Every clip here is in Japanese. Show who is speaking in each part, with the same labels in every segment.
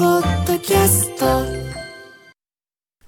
Speaker 1: キャスト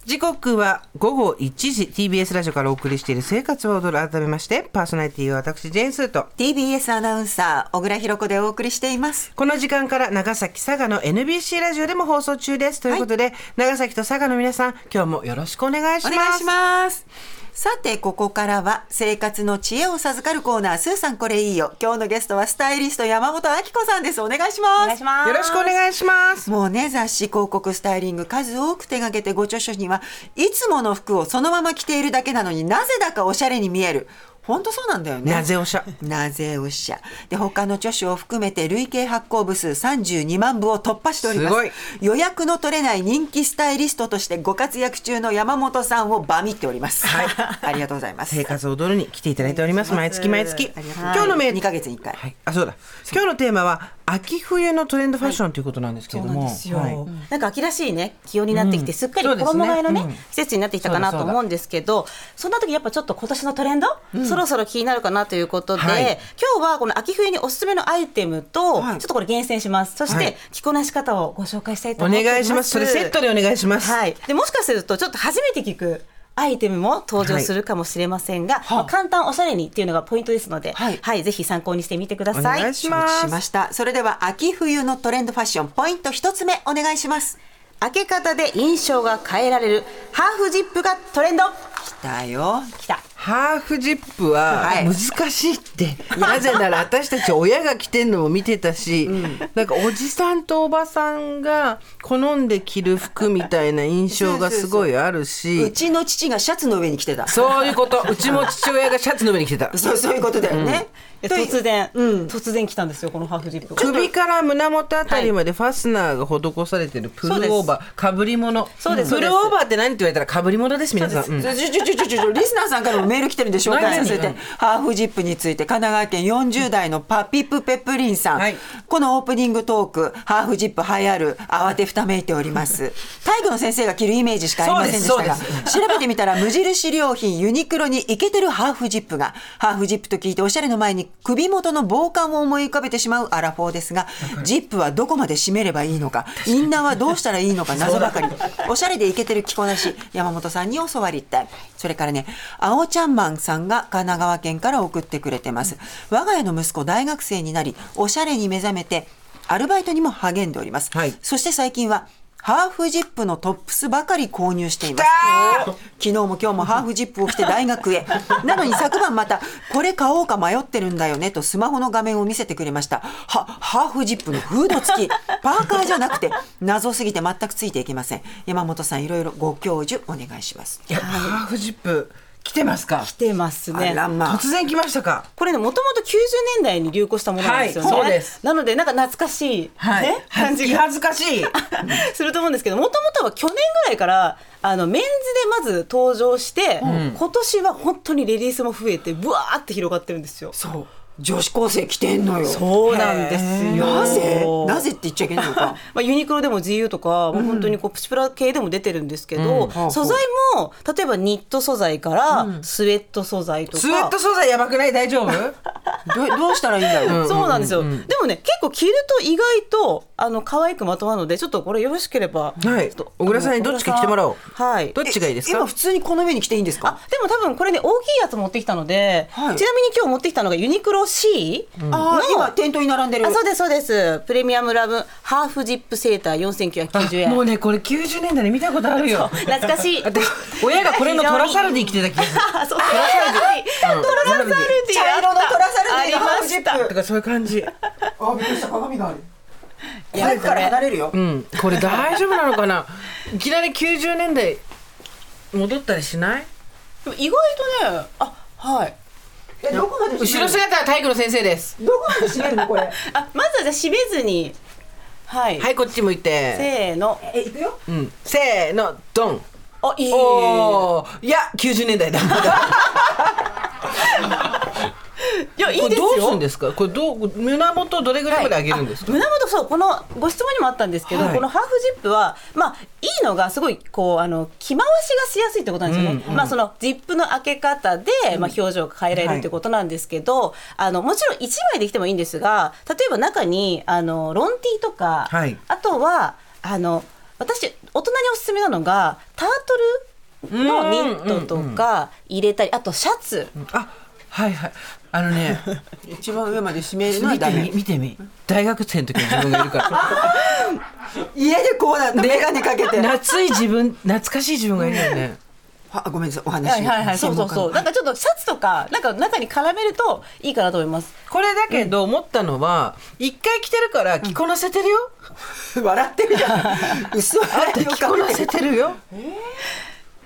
Speaker 2: 時刻は午後1時 TBS ラジオからお送りしている「生活は踊る」改めましてパーソナリティは私ジェーンスーと
Speaker 3: TBS アナウンサー小倉弘子でお送りしています
Speaker 2: この時間から長崎佐賀の NBC ラジオでも放送中ですということで、長崎と佐賀の皆さん今日もよろしくお願いし
Speaker 3: お
Speaker 2: ます
Speaker 3: 願いしますさてここからは生活の知恵を授かるコーナースーさんこれいいよ今日のゲストはスタイリスト山本明子さんですお願いします
Speaker 4: お願いします。
Speaker 2: よろしくお願いします
Speaker 3: もうね雑誌広告スタイリング数多く手がけてご著書にはいつもの服をそのまま着ているだけなのになぜだかおしゃれに見える本当そうなんだよね
Speaker 2: なぜお しゃ
Speaker 3: なぜおっしゃ。で、他の著書を含めて累計発行部数32万部を突破しておりま
Speaker 2: す
Speaker 3: す。
Speaker 2: ごい
Speaker 3: 予約の取れない人気スタイリストとしてご活躍中の山本さんをバミっております。はい。 ありがとうございます。
Speaker 2: 生活を踊るに来ていただいております毎月毎月
Speaker 3: ありがとうござい
Speaker 2: 今
Speaker 3: ます
Speaker 2: 日のメール
Speaker 3: 2ヶ月に1回。
Speaker 2: はい、あそうだ今日のテーマは秋冬のトレンドファッションということなんですけれども、はい
Speaker 4: なんか秋らしいね気温になってきて、すっかり
Speaker 2: そうですね
Speaker 4: 衣替えのね
Speaker 2: うん
Speaker 4: 季節になってきたかなと思うんですけどそんな時やっぱちょっと今年のトレンド、そろそろ気になるかなということで、
Speaker 2: はい
Speaker 4: 今日はこの秋冬におすすめのアイテムと、
Speaker 3: はい
Speaker 4: ちょっとこれ厳選しますそして、
Speaker 2: はい
Speaker 4: 着こなし方をご紹介したいと
Speaker 2: お
Speaker 4: 思っています
Speaker 2: 願いしますそれセットでお願いします、
Speaker 4: はい、でもしかするとちょっと初めて聞くアイテムも登場するかもしれませんが、まあ簡単おしゃれにっていうのがポイントですので、
Speaker 3: は
Speaker 4: はいいぜひ参考にしてみてくだ
Speaker 2: お
Speaker 4: さい。
Speaker 2: 願いします
Speaker 3: 承知しました。それでは秋冬のトレンドファッションポイント1つ目お願いします。
Speaker 4: 開け方で印象が変えられるハーフジップがトレンド
Speaker 3: 来たよ。
Speaker 4: きた
Speaker 2: ハーフジップは
Speaker 3: はい
Speaker 2: 難しいって、なぜなら私たち親が着てんのも見てたし、なんかおじさんとおばさんが好んで着る服みたいな印象がすごいある
Speaker 3: う
Speaker 2: し
Speaker 3: ちの父がシャツの上に着てた。
Speaker 2: そういうことうちも父親がシャツの上に着てた
Speaker 3: そう、そういうことだよね。という
Speaker 4: 突然、突然来たんですよこのハーフジップが
Speaker 2: 首から胸元あたりまでファスナーが施されてるプルオーバーかぶり物
Speaker 4: そうです
Speaker 2: プルオ
Speaker 4: そうで
Speaker 2: ー
Speaker 4: す
Speaker 2: バーって何って言われたらかぶり物です皆さん、うん
Speaker 3: ちょちょちょちょちょリスナーさんからもメール来てるんで紹介させて
Speaker 2: 何何
Speaker 3: ハーフジップについて神奈川県40代のパピプペプリンさん、
Speaker 2: はい
Speaker 3: このオープニングトークハーフジップ流行る慌てふためいてお ります体育の先生が着るイメージしかありませんでしたが
Speaker 2: そうですそう
Speaker 3: 調べてみたら無印良品ユニクロにイケてるハーフジップがハーフジップと聞いておしゃれの前に首元の防寒を思い浮かべてしまうアラフォーですがジップはどこまで締めればいいのかインナーはどうしたらいいのか謎ばかりおしゃれでイケてる着こなし山本さんに教わりたいそれからね青ちゃんマンさんが神奈川県から送ってくれてます我が家の息子大学生になりおしゃれに目覚めてアルバイトにも励んでおります、
Speaker 2: はい
Speaker 3: そして最近はハーフジップのトップスばかり購入しています昨日も今日もハーフジップを着て大学へ なのに昨晩またこれ買おうか迷ってるんだよねとスマホの画面を見せてくれましたはハーフジップのフード付きパーカーじゃなくて謎すぎて全くついていけません山本さんいろいろご教授お願いします
Speaker 2: いやハーフジップ着てますか
Speaker 4: 来てますね
Speaker 3: あらまあ
Speaker 2: 突然来ましたか
Speaker 4: これねもともと90年代に流行したものなんですよね、
Speaker 2: はいそうです
Speaker 4: なのでなんか懐かしい、ね 感じ
Speaker 2: 気
Speaker 4: が
Speaker 2: 恥ずかしい
Speaker 4: すると思うんですけどもともとは去年ぐらいからあのメンズでまず登場して、今年は本当にレディースも増えてブワーって広がってるんですよ
Speaker 3: そう女子高生着てんのよ
Speaker 4: そうなんですよ
Speaker 3: なぜなぜって言っちゃいけないの か
Speaker 4: まあ、ユニクロでも GU とか、もう本当にこうプチプラ系でも出てるんですけど、素材も例えばニット素材からスウェット素材とか、
Speaker 2: スウェット素材やばくない大丈 夫
Speaker 3: どどうしたらいいんだろう、
Speaker 4: そうなんですよ、でもね結構着ると意外とあの可愛くまとまるのでちょっとこれよろしければ、
Speaker 2: はい
Speaker 4: ちょっと
Speaker 2: 小倉さんにどっちか着てもらおう
Speaker 4: 小倉さんはい
Speaker 2: どっちがいいです
Speaker 3: 今
Speaker 2: か
Speaker 3: 普通にこの上に着ていいんですか
Speaker 4: あでも多分これね大きいやつ持ってきたので、
Speaker 3: はい
Speaker 4: ちなみに今日持ってきたのがユニクロ C の、
Speaker 3: あー今店頭に並んでる
Speaker 4: あそうですそうですプレミアムラブハーフジップセーター4990円
Speaker 2: もうねこれ90年代で見たことあるよ
Speaker 4: 懐かしい
Speaker 2: 私親がこれのトラサルディ着てた気がする
Speaker 4: あそうトラサルディ、
Speaker 2: うん
Speaker 4: トラサルディ
Speaker 3: 茶色のトラサルディの
Speaker 4: あ
Speaker 3: ハー
Speaker 4: りま
Speaker 3: フジッ
Speaker 4: し
Speaker 3: プ
Speaker 4: た
Speaker 2: とかそういう感じ
Speaker 3: あ、びっくりした鏡がある。
Speaker 4: や
Speaker 3: 早くから離れるよ
Speaker 2: う。んこれ大丈夫なのかないきなり90年代戻ったりしない
Speaker 4: でも意外とねあはい
Speaker 3: え、どこまで閉
Speaker 2: 後
Speaker 3: め
Speaker 2: ろ
Speaker 3: る
Speaker 2: 姿は体育の先生です
Speaker 3: どこまで閉めるのこれ。
Speaker 4: あまずはじゃあ締めずにはい、
Speaker 2: はいこっち向いて
Speaker 4: せーの
Speaker 3: え、行くよ。
Speaker 2: うんせーのドン
Speaker 4: あいい
Speaker 2: おーいや90年代だ
Speaker 4: いやいい
Speaker 2: こ
Speaker 4: で
Speaker 2: れど
Speaker 4: すよ
Speaker 2: うするんですかこれどう胸元どれぐらいまで上げるんですか
Speaker 4: 胸元そうこのご質問にもあったんですけど、
Speaker 2: はい
Speaker 4: このハーフジップはまあいいのがすごいこうあの着回しがしやすいってことなんですよね、まあそのジップの開け方で、まあ、表情が変えられるってことなんですけど、あのもちろん1枚で着てもいいんですが例えば中にあのロンティーとか、
Speaker 2: はい
Speaker 4: あとはあの私大人におすすめなのがタートルのニットとか入れたり、あとシャツ、
Speaker 2: あはいはいあの ね
Speaker 3: 一番上まで締めるのは
Speaker 2: 見
Speaker 3: ダ
Speaker 2: てみ
Speaker 3: メ
Speaker 2: 見てみ大学生の時の自分がいるから
Speaker 3: 家でこうなって眼鏡かけて
Speaker 2: 懐い自分懐かしい自分がいるよね
Speaker 3: あごめんなさいお話
Speaker 4: はいはいはい、そうそうそう。なんかちょっとシャツとか、なんか中に絡めるといいかなと思います。
Speaker 2: これだけど思ったのは一回着てるから着こなせてるよ、
Speaker 3: 笑ってるじゃん薄笑
Speaker 2: あ
Speaker 3: い
Speaker 2: 着
Speaker 3: を
Speaker 2: こ
Speaker 3: か
Speaker 2: な
Speaker 3: けて
Speaker 2: せてるよ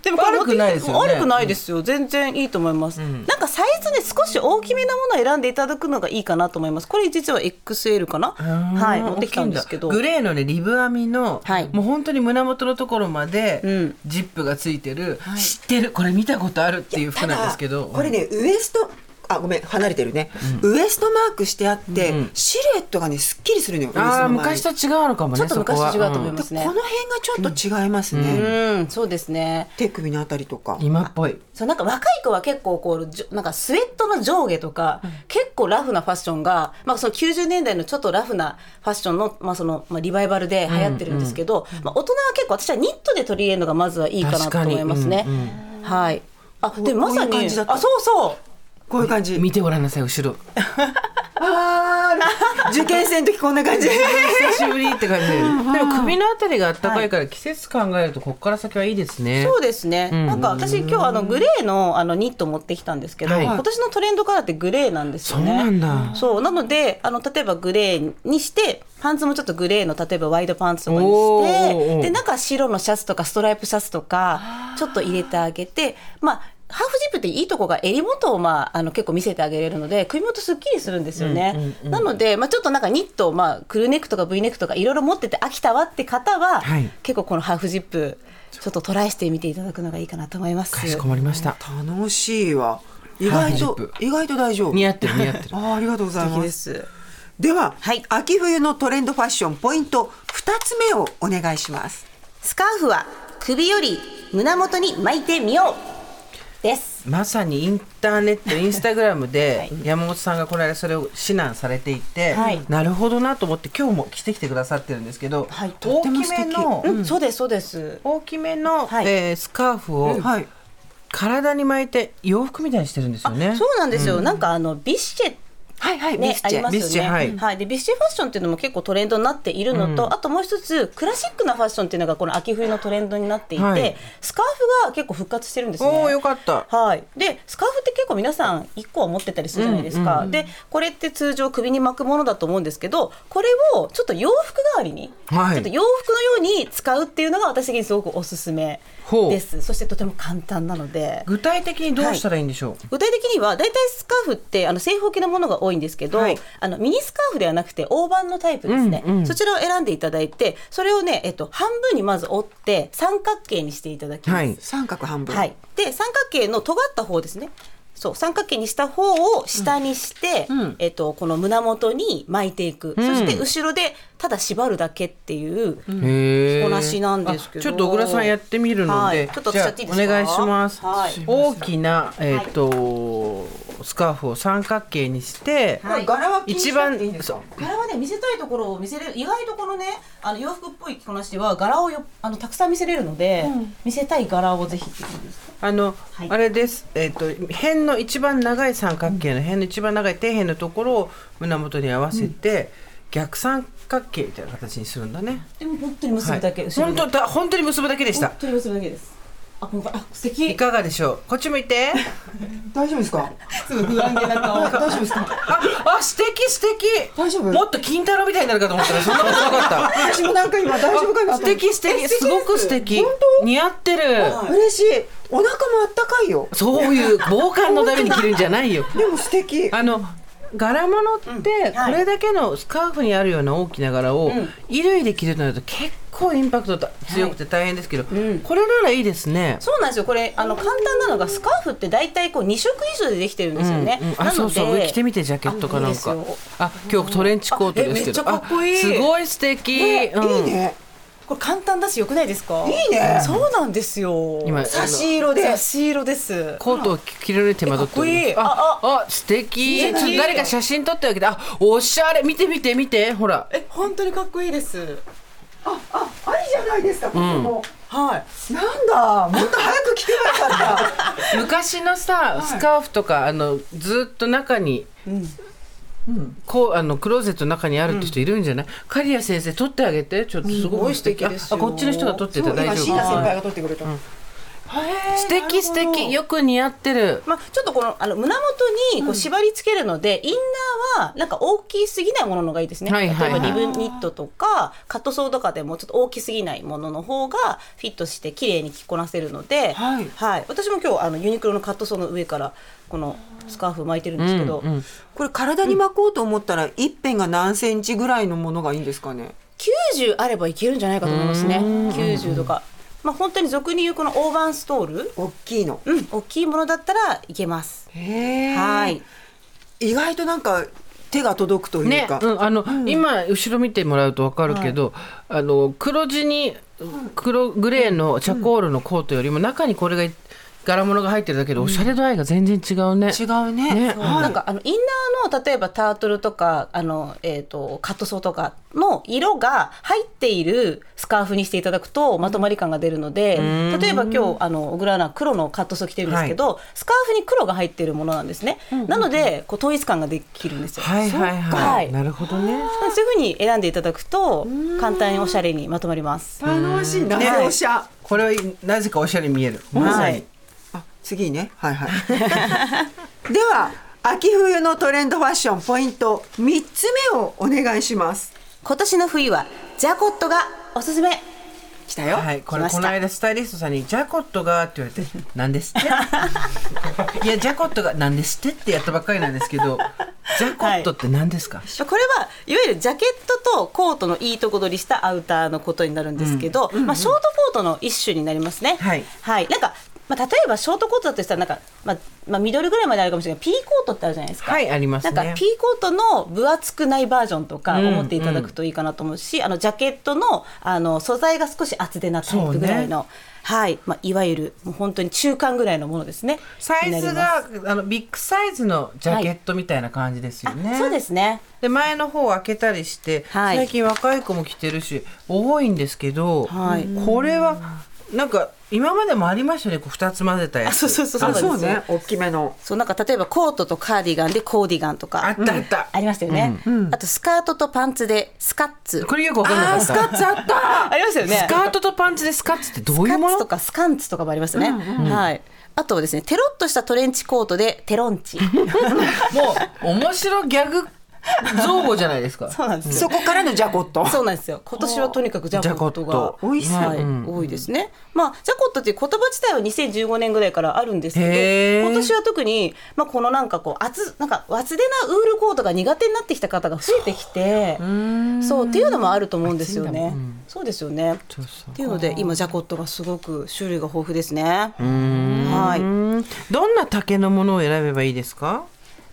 Speaker 4: でも
Speaker 2: 悪くないですよね
Speaker 4: 悪くないですよ。全然いいと思います。なんかサイズね、少し大きめなものを選んでいただくのがいいかなと思います。これ実は XL かなはい、持ってきたんですけど。
Speaker 2: 大きいんだグレーのねリブ編みの、
Speaker 4: はい
Speaker 2: もう本当に胸元のところまで、
Speaker 4: うん
Speaker 2: ジップがついてる、知ってるこれ見たことあるっていう服なんですけど
Speaker 3: これねウエストあごめん離れてるね、ウエストマークしてあって、シルエットがねすっきりするのよ
Speaker 2: ああ昔と
Speaker 3: と
Speaker 2: 違うのかもね
Speaker 4: ちょっと昔と違うと思
Speaker 2: す
Speaker 4: います
Speaker 3: こ
Speaker 4: ね
Speaker 3: の。辺がちょっと違いますね、
Speaker 4: うん、そうですね。
Speaker 3: 手首のあたりとか
Speaker 2: 今っぽい
Speaker 4: そうなんか若い子は結構こうじょなんかスウェットの上下とか、結構ラフなファッションが、まあ、その90年代のちょっとラフなファッションの,、まあそのまあ、リバイバルで流行ってるんですけど、まあ、大人は結構私はニットで取り入れるのがまずはいいかなと思いますね。
Speaker 2: 確かに
Speaker 4: はいあでまさ
Speaker 3: こういう感
Speaker 4: に
Speaker 3: じだった
Speaker 4: あそうそう
Speaker 3: こういう感じ
Speaker 2: 見てごらんなさい後ろ
Speaker 3: あー受験生の時こんな感じ
Speaker 2: 久しぶりって感じででも首のあたりがあったかいから季節考えるとこっから先はいいですね
Speaker 4: そうですね、
Speaker 2: ん
Speaker 4: なんか私今日あのグレーのあのニット持ってきたんですけど、
Speaker 2: はい
Speaker 4: 今年のトレンドカラーってグレーなんですよね。
Speaker 2: そうなんだ
Speaker 4: そうなのであの例えばグレーにしてパンツもちょっとグレーの例えばワイドパンツとかにして
Speaker 2: おーおーおー
Speaker 4: で中白のシャツとかストライプシャツとかちょっと入れてあげてまあハーフジップっていいとこが襟元を、まあ、あの結構見せてあげれるので首元すっきりするんですよね、なので、まあ、ちょっとなんかニット、まあ、クルーネックとか V ネックとかいろいろ持ってて飽きたわって方は、
Speaker 2: はい
Speaker 4: 結構このハーフジップちょっとトライしてみていただくのがいいかなと思います。
Speaker 2: かしこまりました
Speaker 3: 楽しいわ意外
Speaker 2: ハーフジッ
Speaker 3: と
Speaker 2: プ
Speaker 3: 意外と大丈夫
Speaker 2: 似合ってる似合ってる
Speaker 3: あーありがとうござい
Speaker 4: 素敵
Speaker 3: ま
Speaker 4: ですす。
Speaker 3: では、
Speaker 4: はい
Speaker 3: 秋冬のトレンドファッションポイント2つ目をお願いします
Speaker 4: スカーフは首より胸元に巻いてみようです。
Speaker 2: まさにインターネットインスタグラムで山本さんがこの間それを指南されていて、
Speaker 4: はい
Speaker 2: なるほどなと思って今日も着てきてくださってるんですけど、
Speaker 4: はいと
Speaker 2: 大
Speaker 3: っても
Speaker 2: き
Speaker 3: 素敵
Speaker 2: めの、
Speaker 4: うん、そうですそうです。
Speaker 2: 大きめの、
Speaker 4: はい
Speaker 2: えースカーフを
Speaker 3: はい
Speaker 2: 体に巻いて洋服みたいにしてるんですよね。
Speaker 4: そうなんですよ。なんかあのビッシェ
Speaker 3: はいはいビ
Speaker 4: ね、
Speaker 3: ス
Speaker 4: あ
Speaker 3: チ
Speaker 4: り
Speaker 3: ェ
Speaker 4: ますよ
Speaker 2: ビスチェ
Speaker 4: ね。
Speaker 2: は
Speaker 4: はいい、でビッシェファッションっていうのも結構トレンドになっているのと、あともう一つクラシックなファッションっていうのがこの秋冬のトレンドになっていて、
Speaker 2: はい
Speaker 4: スカーフが結構復活してるんですね。
Speaker 2: おおよかった。
Speaker 4: はい、でスカーフって結構皆さん1個は持ってたりするじゃないですか、でこれって通常首に巻くものだと思うんですけどこれをちょっと洋服代わりに、
Speaker 2: はい
Speaker 4: ちょっと洋服のように使うっていうのが私的にすごくおすすめ
Speaker 2: ほう
Speaker 4: ですそしてとても簡単なので
Speaker 2: 具体的にどうしたらいいんでしょう。
Speaker 4: 具体的には大体スカーフってあの正方形のものが多いんですけど、
Speaker 2: はい
Speaker 4: あのミニスカーフではなくて大判のタイプですね、
Speaker 2: うんうん
Speaker 4: そちらを選んでいただいてそれをね、えっと、半分にまず折って三角形にしていただきます。
Speaker 2: はい
Speaker 3: 三角半分、
Speaker 4: はい、で三角形の尖った方ですねそう三角形にした方を下にして、えっと、この胸元に巻いていく、そして後ろでただ縛るだけっていう、
Speaker 2: へー
Speaker 4: 着こなしなんですけど
Speaker 2: あちょっと小倉さんやってみるの
Speaker 4: は
Speaker 2: で、
Speaker 4: いちょっと
Speaker 2: じゃあ
Speaker 4: 使っていいですか
Speaker 2: お願いします。
Speaker 4: はい
Speaker 2: 大きなえっ、と、スカーフを三角形にして、
Speaker 4: はい
Speaker 3: これ柄は気にし
Speaker 2: 一
Speaker 3: な
Speaker 2: 番
Speaker 3: くていいんですか
Speaker 4: 柄はね見せたいところを見せれる意外とこのねあの洋服っぽい着こなしは柄をよあのたくさん見せれるので、見せたい柄をぜひっていうことです
Speaker 2: あの、
Speaker 4: はい
Speaker 2: あれです。えっ、と辺の一番長い三角形の辺の一番長い底辺のところを胸元に合わせて、逆三角形みたいな形にするんだね。
Speaker 4: でも本当に結ぶだけ、後ろ
Speaker 2: 本
Speaker 4: に
Speaker 2: 当だ本当に結ぶだけでした
Speaker 4: 本。当に結ぶだけですあもうあ素
Speaker 2: い
Speaker 4: 敵
Speaker 2: かがでしょう。こっち向いて。
Speaker 3: 大丈夫です か
Speaker 4: すごい不安げな顔
Speaker 3: 大丈夫ですか
Speaker 2: あ、あ素敵素敵。
Speaker 3: 大丈夫
Speaker 2: もっと金太郎みたいになるかと思ったらそんなことなかった。
Speaker 3: 私もなんか今大丈夫かな
Speaker 2: あ素
Speaker 3: と思って
Speaker 2: 敵素敵すごく素敵
Speaker 3: 本
Speaker 2: 似合ってる
Speaker 3: 嬉しいお腹もあったかいよ
Speaker 2: そういう防寒のために着るんじゃないよ
Speaker 3: でも素敵
Speaker 2: あの柄物ってこ
Speaker 4: はい
Speaker 2: れだけのスカーフにあるような大きな柄を衣類で着るとなると結構インパクトた強くて大変ですけど
Speaker 4: うん
Speaker 2: これならいいですね
Speaker 4: そうなんですよこれあの簡単なのがスカーフって大体こう2色以上でできてるんですよね、
Speaker 2: うんうん
Speaker 4: なの
Speaker 2: あ
Speaker 4: で
Speaker 2: そうそう上着てみてジャケットかなんか
Speaker 4: あいいですよ
Speaker 2: あ今日トレンチコートですけど
Speaker 4: あえめっちゃかっこいい
Speaker 2: あすごい素敵
Speaker 3: いい
Speaker 2: うん
Speaker 3: ね
Speaker 4: これ簡単だしよくないですかい
Speaker 3: いね
Speaker 4: そうなんですよ
Speaker 2: 今
Speaker 4: 差し
Speaker 3: 足色で
Speaker 4: 差し色です
Speaker 2: コートを着るのに手間取っております
Speaker 4: えかっこ
Speaker 2: ああ素敵
Speaker 4: 素敵
Speaker 2: 誰か写真撮ってあげてあおしゃれ見て見て見てほら
Speaker 4: え本当にかっこいいです
Speaker 3: ありじゃないないですか、ここも。はい。なんだ、もっと早く聞けばよかった。
Speaker 2: 昔のさ、スカーフとかあのずっと中に、こうあのクローゼットの中にあるって人いるんじゃない、刈谷先生取ってあげてちょっとすごい素敵、
Speaker 4: うんすごい素敵です
Speaker 2: あ
Speaker 4: よ
Speaker 2: こっちの人が取ってた大
Speaker 3: 今、
Speaker 2: 丈
Speaker 3: 椎名先
Speaker 2: 夫
Speaker 3: 輩が撮ってくれた。へー
Speaker 2: 素敵素敵。よく似合ってる
Speaker 4: まあ、ちょっとこのあの胸元にこう縛り付けるので、インナーはなんか大きすぎないものの方がいいですね、
Speaker 2: はいはいはい
Speaker 4: 例えばリブニットとかカットソーとかでもちょっと大きすぎないものの方がフィットして綺麗に着こなせるので、
Speaker 3: はい
Speaker 4: 私も今日あのユニクロのカットソーの上からこのスカーフ巻いてるんですけど、
Speaker 2: うんうん
Speaker 3: これ体に巻こうと思ったら、一辺が何センチぐらいのものがいいんですかね。
Speaker 4: 90あればいけるんじゃないかと思いますね90とか、まあ、本当に俗に言うこのオーバンストール、
Speaker 3: 大きいの。
Speaker 4: うん、大きいものだったらいけます。
Speaker 3: へー
Speaker 4: はい。
Speaker 3: 意外となんか手が届くという
Speaker 2: ね
Speaker 3: か。、
Speaker 2: うん、あの、今後ろ見てもらうと分かるけど、あの黒地に黒グレーのチャコールのコートよりも中にこれが柄物が入ってるだけでおしゃれ度合いが全然違うね。
Speaker 3: 違うね。
Speaker 2: ね
Speaker 3: そう
Speaker 4: なんかあのインナーの例えばタートルとかあの、えー、とカットソーとかの色が入っているスカーフにしていただくとまとまり感が出るので例えば今日あの小倉アナ黒のカットソー着てるんですけど、スカーフに黒が入っているものなんですね、なのでこう統一感ができるんですよ。
Speaker 2: はいはい
Speaker 4: そっか
Speaker 2: はい。なるほどね。
Speaker 4: そういうふうに選んでいただくと簡単におしゃれにまとまります。
Speaker 3: 楽しい。な
Speaker 2: ね
Speaker 3: おしゃ。
Speaker 2: これはなぜかおしゃれに見える。まさ
Speaker 4: は
Speaker 2: に
Speaker 4: い。
Speaker 3: あ、次ね。はいはい。で は、秋冬のトレンドファッションポイント三つ目をお願いします。
Speaker 4: 今年の冬はジャコットがおすすめ
Speaker 3: 来たよ。
Speaker 2: はい、これ
Speaker 4: 来まし
Speaker 2: こ
Speaker 4: た
Speaker 2: の間スタイリストさんに「ジャコットが」って言 われて「何です って? 」いやジャコットが「何ですって?」ってやったばっかりなんですけ どジャコットって何ですか、
Speaker 4: これはいわゆるジャケットとコートのいいとこ取りしたアウターのことになるんですけど、まあ、ショートコートの一種になりますね。
Speaker 2: はい
Speaker 4: なんか、まあ、例えばショートコートだとしたらなんか、まあまあ、ミドルぐらいまであるかもしれないピーコートってあるじゃないですか。
Speaker 2: はいありますね
Speaker 4: なんかピーコートの分厚くないバージョンとか思っていただくといいかなと思うし、あのジャケットのあの素材が少し厚手なタイプぐらいの、はいまあ、いわゆるもう本当に中間ぐらいのものですね。
Speaker 2: サイ
Speaker 4: にな
Speaker 2: ズ
Speaker 4: ります
Speaker 2: があのビッグサイズのジャケットみたいな感じですよね、
Speaker 4: あそうですね。
Speaker 2: で前の方を開けたりして、
Speaker 4: はい
Speaker 2: 最近若い子も着てるし多いんですけど、
Speaker 4: はい
Speaker 2: これはなんか今までもありましたよねこう2つ混ぜたやつ
Speaker 4: あそうそうそう
Speaker 3: あ、
Speaker 4: なんです
Speaker 3: そ
Speaker 4: よ
Speaker 3: うね。大きめの。
Speaker 4: そうなんか例えばコートとカーディガンでコーディガンとか
Speaker 2: あったあった、
Speaker 4: ありましたよね、あとスカートとパンツでスカッツ
Speaker 2: これよくわかんなかった
Speaker 3: スカッツあった。
Speaker 4: ありましたよね
Speaker 2: スカートとパンツでスカッツってどう
Speaker 4: ス
Speaker 2: い
Speaker 4: カ
Speaker 2: うも
Speaker 4: ッ
Speaker 2: の
Speaker 4: ツとかスカンツとかもありますね、はいあとはですねテロッとしたトレンチコートでテロンチ
Speaker 2: もう面白ギャグ造語じゃないですか。
Speaker 4: そうなんです
Speaker 3: そ
Speaker 4: よ
Speaker 3: こからのジャコット。
Speaker 4: そうなんですよ今年はとにかくジャコット
Speaker 2: ジャ
Speaker 4: が
Speaker 2: コット
Speaker 3: 多いっすね
Speaker 4: はい多いですね、まあ、ジャコットっていう言葉自体は2015年ぐらいからあるんです
Speaker 2: へー
Speaker 4: けど今年は特に、まあ、このなんかこう厚なんか厚手なウールコートが苦手になってきた方が増えてきてそうっていうのもあると思うんですよね、そうですよね
Speaker 2: そうそう
Speaker 4: っていうので今ジャコットがすごく種類が豊富ですねはい
Speaker 2: うんどんな竹のものを選べばいいですか？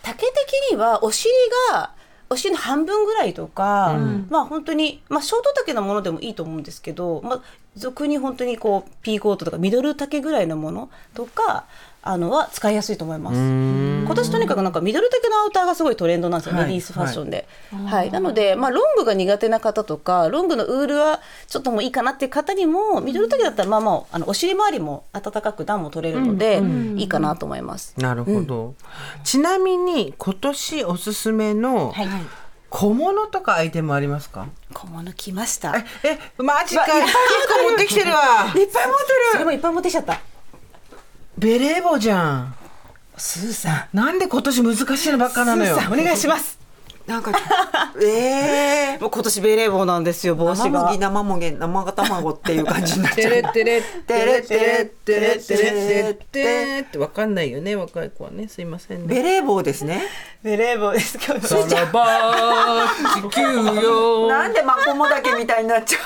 Speaker 4: 竹的にはお尻がお尻の半分ぐらいとか、まあ本当にまあショート丈のものでもいいと思うんですけど、まあ俗に本当にこうピーコートとかミドル丈ぐらいのものとかあのは使いやすいと思います。今年とにかくなんかミドル丈のアウターがすごいトレンドなんですよ、
Speaker 2: はい
Speaker 4: レディースファッションで。はい、なのでまあロングが苦手な方とかロングのウールはちょっともういいかなっていう方にもミドル丈だったらまあまああのお尻周りも暖かく暖も取れるので、いいかなと思います。
Speaker 2: なるほど。ちなみに今年おすすめの
Speaker 4: はい。
Speaker 2: 小物とかアイテムありますか？
Speaker 4: 小物来ました。
Speaker 2: ええマジかいっぱい結構持ってきてるわ。
Speaker 3: いっぱい持ってる。
Speaker 4: それもいっぱい持ってきちゃった。
Speaker 2: ベレー帽じゃん。
Speaker 3: スーさん。
Speaker 2: なんで今年難しいのばっかなのよ。
Speaker 4: お願いします。
Speaker 3: なんか、ええ
Speaker 4: もう今年ベレー帽なんですよ、帽
Speaker 3: 生
Speaker 4: 子
Speaker 3: 麦
Speaker 4: が。
Speaker 3: 生もげ生卵っていう感じになっ ち
Speaker 2: テ
Speaker 3: ゃう
Speaker 2: レ。テレテレテレテレテレテレってわかんないよね若い子はねすいませんね。
Speaker 3: ベレー帽ですね。
Speaker 4: ベレー帽ですけど。
Speaker 2: さらば地球よ。
Speaker 3: なんでマコモダケみたいになっちゃ う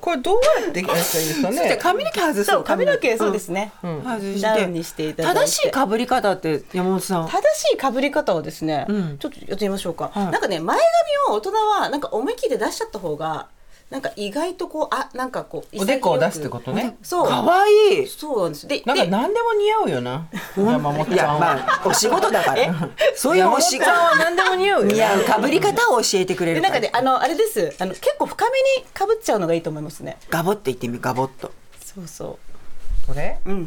Speaker 2: これどうやってやったらいいですか
Speaker 3: の。じゃあ
Speaker 2: ね。
Speaker 3: 髪の毛外す。
Speaker 4: そう、髪の毛、そうですすね。
Speaker 3: うん外して
Speaker 4: ダウンにしていただいて
Speaker 3: 正しい被り方って山本さん。
Speaker 4: 正しい被り方をですね、
Speaker 3: ん
Speaker 4: ちょっとやってみましょうか、
Speaker 3: はい
Speaker 4: なんかね前髪を大人はなんか思い切って出しちゃった方がなんか意外とこうあなんかこう
Speaker 2: おでこを出すってことね
Speaker 4: そう
Speaker 3: かわいい
Speaker 4: そうなんですで
Speaker 2: なんか
Speaker 4: で
Speaker 2: 何でも似合うよな山本
Speaker 3: い
Speaker 2: ちゃ
Speaker 3: や
Speaker 2: んは
Speaker 3: まあお仕事だからそういう
Speaker 2: 山
Speaker 3: お
Speaker 2: 本
Speaker 3: 仕
Speaker 2: ち
Speaker 3: 事
Speaker 2: ゃんは何でも似合うよな
Speaker 3: 似合うかぶり方を教えてくれ
Speaker 4: で
Speaker 3: る
Speaker 4: な
Speaker 3: か
Speaker 4: ん
Speaker 3: ら
Speaker 4: かねあのあれですあの結構深めにかぶっちゃうのがいいと思いますね
Speaker 3: ガボって言ってみガボっと
Speaker 4: そうそ
Speaker 2: これ
Speaker 4: ううん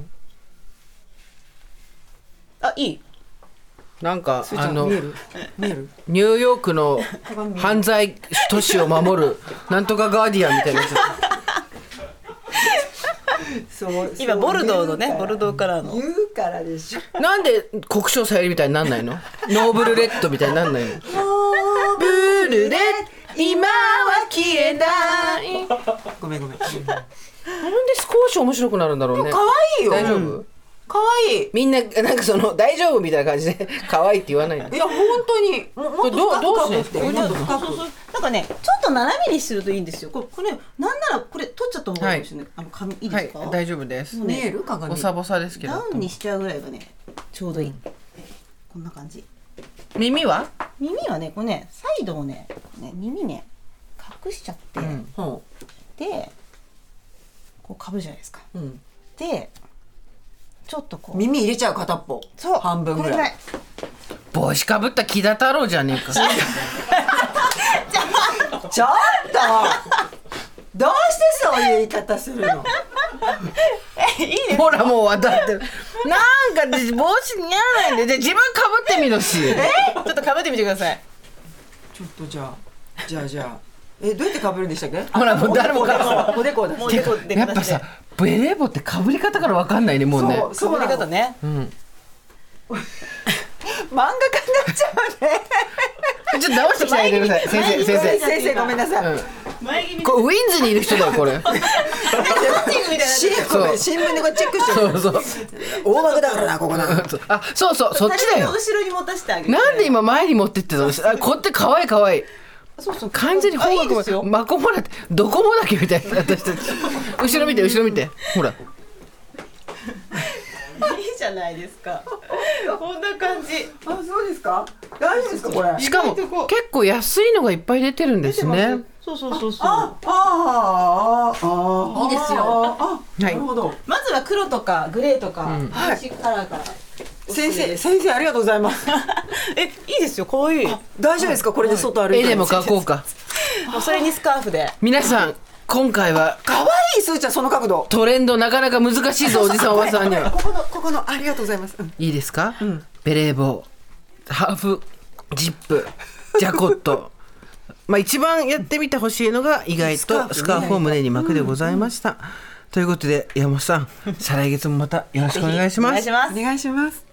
Speaker 2: う
Speaker 4: あ
Speaker 2: ん
Speaker 4: いい
Speaker 2: なんかあの
Speaker 3: 見える見える
Speaker 2: ニューヨークの犯罪都市を守るなんとかガーディアンみたいなやつ
Speaker 3: そう
Speaker 4: 今ボルドーのねボルドーからの
Speaker 3: 言うからでしょ
Speaker 2: なんで国章さゆりみたいになんないのノーブルレッドみたいになんないのブルレ今は消えないなんで
Speaker 3: ごめんごめん
Speaker 2: 少し面白くなるんだろうね
Speaker 3: 可愛いよ
Speaker 2: 大丈夫、
Speaker 3: 可愛い
Speaker 2: みんななんかその 大丈夫みたいな感じで可愛いって言わないの
Speaker 3: いや本当にももっと深
Speaker 2: どうどう
Speaker 3: く
Speaker 2: して
Speaker 3: 深くってもっと深
Speaker 4: そう
Speaker 3: く
Speaker 4: そうなんかねちょっと斜めにするといいんですよこれこれなんならこれ取っちゃった方がいいかもしれない、あの紙いいですか、
Speaker 2: 丈夫です
Speaker 3: 見える鏡
Speaker 2: ぼさですけ
Speaker 4: ダウンにしちゃうぐらいがねちょうどいい、こんな感じ
Speaker 2: 耳は、
Speaker 4: 耳はねこれねサイドをねね耳ね隠しちゃって、
Speaker 3: ほ
Speaker 4: でこうかぶるじゃないですか
Speaker 3: ううん
Speaker 4: でちょっとこう
Speaker 3: 耳入れちゃう片っぽ
Speaker 4: そう
Speaker 3: 半分ぐ
Speaker 4: これ
Speaker 3: らい
Speaker 2: 帽子かぶった木田太郎じゃねえか
Speaker 3: ちょっとどうしてそういう言い方するの
Speaker 2: ほらもう渡ってるなんかで帽子似合わないんでじゃあ自分かぶってみろし
Speaker 4: ぐらいちょっとかぶってみてください
Speaker 3: ちょっとじゃあじゃあじゃあえどうやって被るんでしたっけ
Speaker 2: ほらもう誰もか
Speaker 3: おでこだ
Speaker 4: もう
Speaker 2: て
Speaker 4: でこ
Speaker 2: か
Speaker 4: で
Speaker 2: やっぱ
Speaker 4: 出し
Speaker 2: さ
Speaker 4: て
Speaker 2: ベレー帽ってかぶり方からわかんないねもうね
Speaker 3: そう
Speaker 4: かぶり方ね
Speaker 2: うん
Speaker 3: 漫画家になっちゃうね
Speaker 2: ちょっと直してきてあげてください先生先生
Speaker 3: 先生ごめんなさい、
Speaker 4: 前気味
Speaker 2: これウィンズにいる人だよこれ
Speaker 4: みたい
Speaker 3: 新
Speaker 2: そう
Speaker 3: 聞新聞でこれチェックして
Speaker 2: そうそう
Speaker 3: 大枠だからなここな
Speaker 2: あそうそうそっちだよ
Speaker 4: 後ろに持たせてあげる
Speaker 2: なんで今前に持ってってたのあこって可愛い可愛い
Speaker 4: そうそう
Speaker 2: 完全に
Speaker 4: あ
Speaker 2: 本
Speaker 4: いいです
Speaker 2: 学
Speaker 4: よ
Speaker 2: もまこもらってどこもだけみたいな私たち後ろ見て後ろ見てほら
Speaker 4: いいじゃないですかこんな感じ
Speaker 3: あそうですか大丈夫ですかこれ
Speaker 2: しかも結構安いのがいっぱい出てるんですね
Speaker 4: そうそうそうそう
Speaker 3: ああああ
Speaker 4: いいですよ
Speaker 3: ああ
Speaker 2: は
Speaker 3: ないるほど
Speaker 4: まずは黒とかグレーとか、
Speaker 2: ん
Speaker 4: ベーシックカラーから
Speaker 3: 先生先生ありがとうございます
Speaker 4: えいいですよ可愛い
Speaker 3: 大丈夫ですかこれで外歩いて
Speaker 2: 絵でも描こうか
Speaker 4: もうそれにスカーフで
Speaker 2: 皆さん今回は
Speaker 3: かわいいすーちゃんその角度
Speaker 2: トレンドなかなか難しいぞおじさんおばさんには
Speaker 3: ここのここのありがとうございますうん
Speaker 2: いいですか、ベレー帽ハーフジップジャコット まあ一番やってみてほしいのが意外とスカーフを胸に巻くでございました、ということで山本さん再来月もまたよろしくお願いします
Speaker 4: お願いします
Speaker 3: お願いします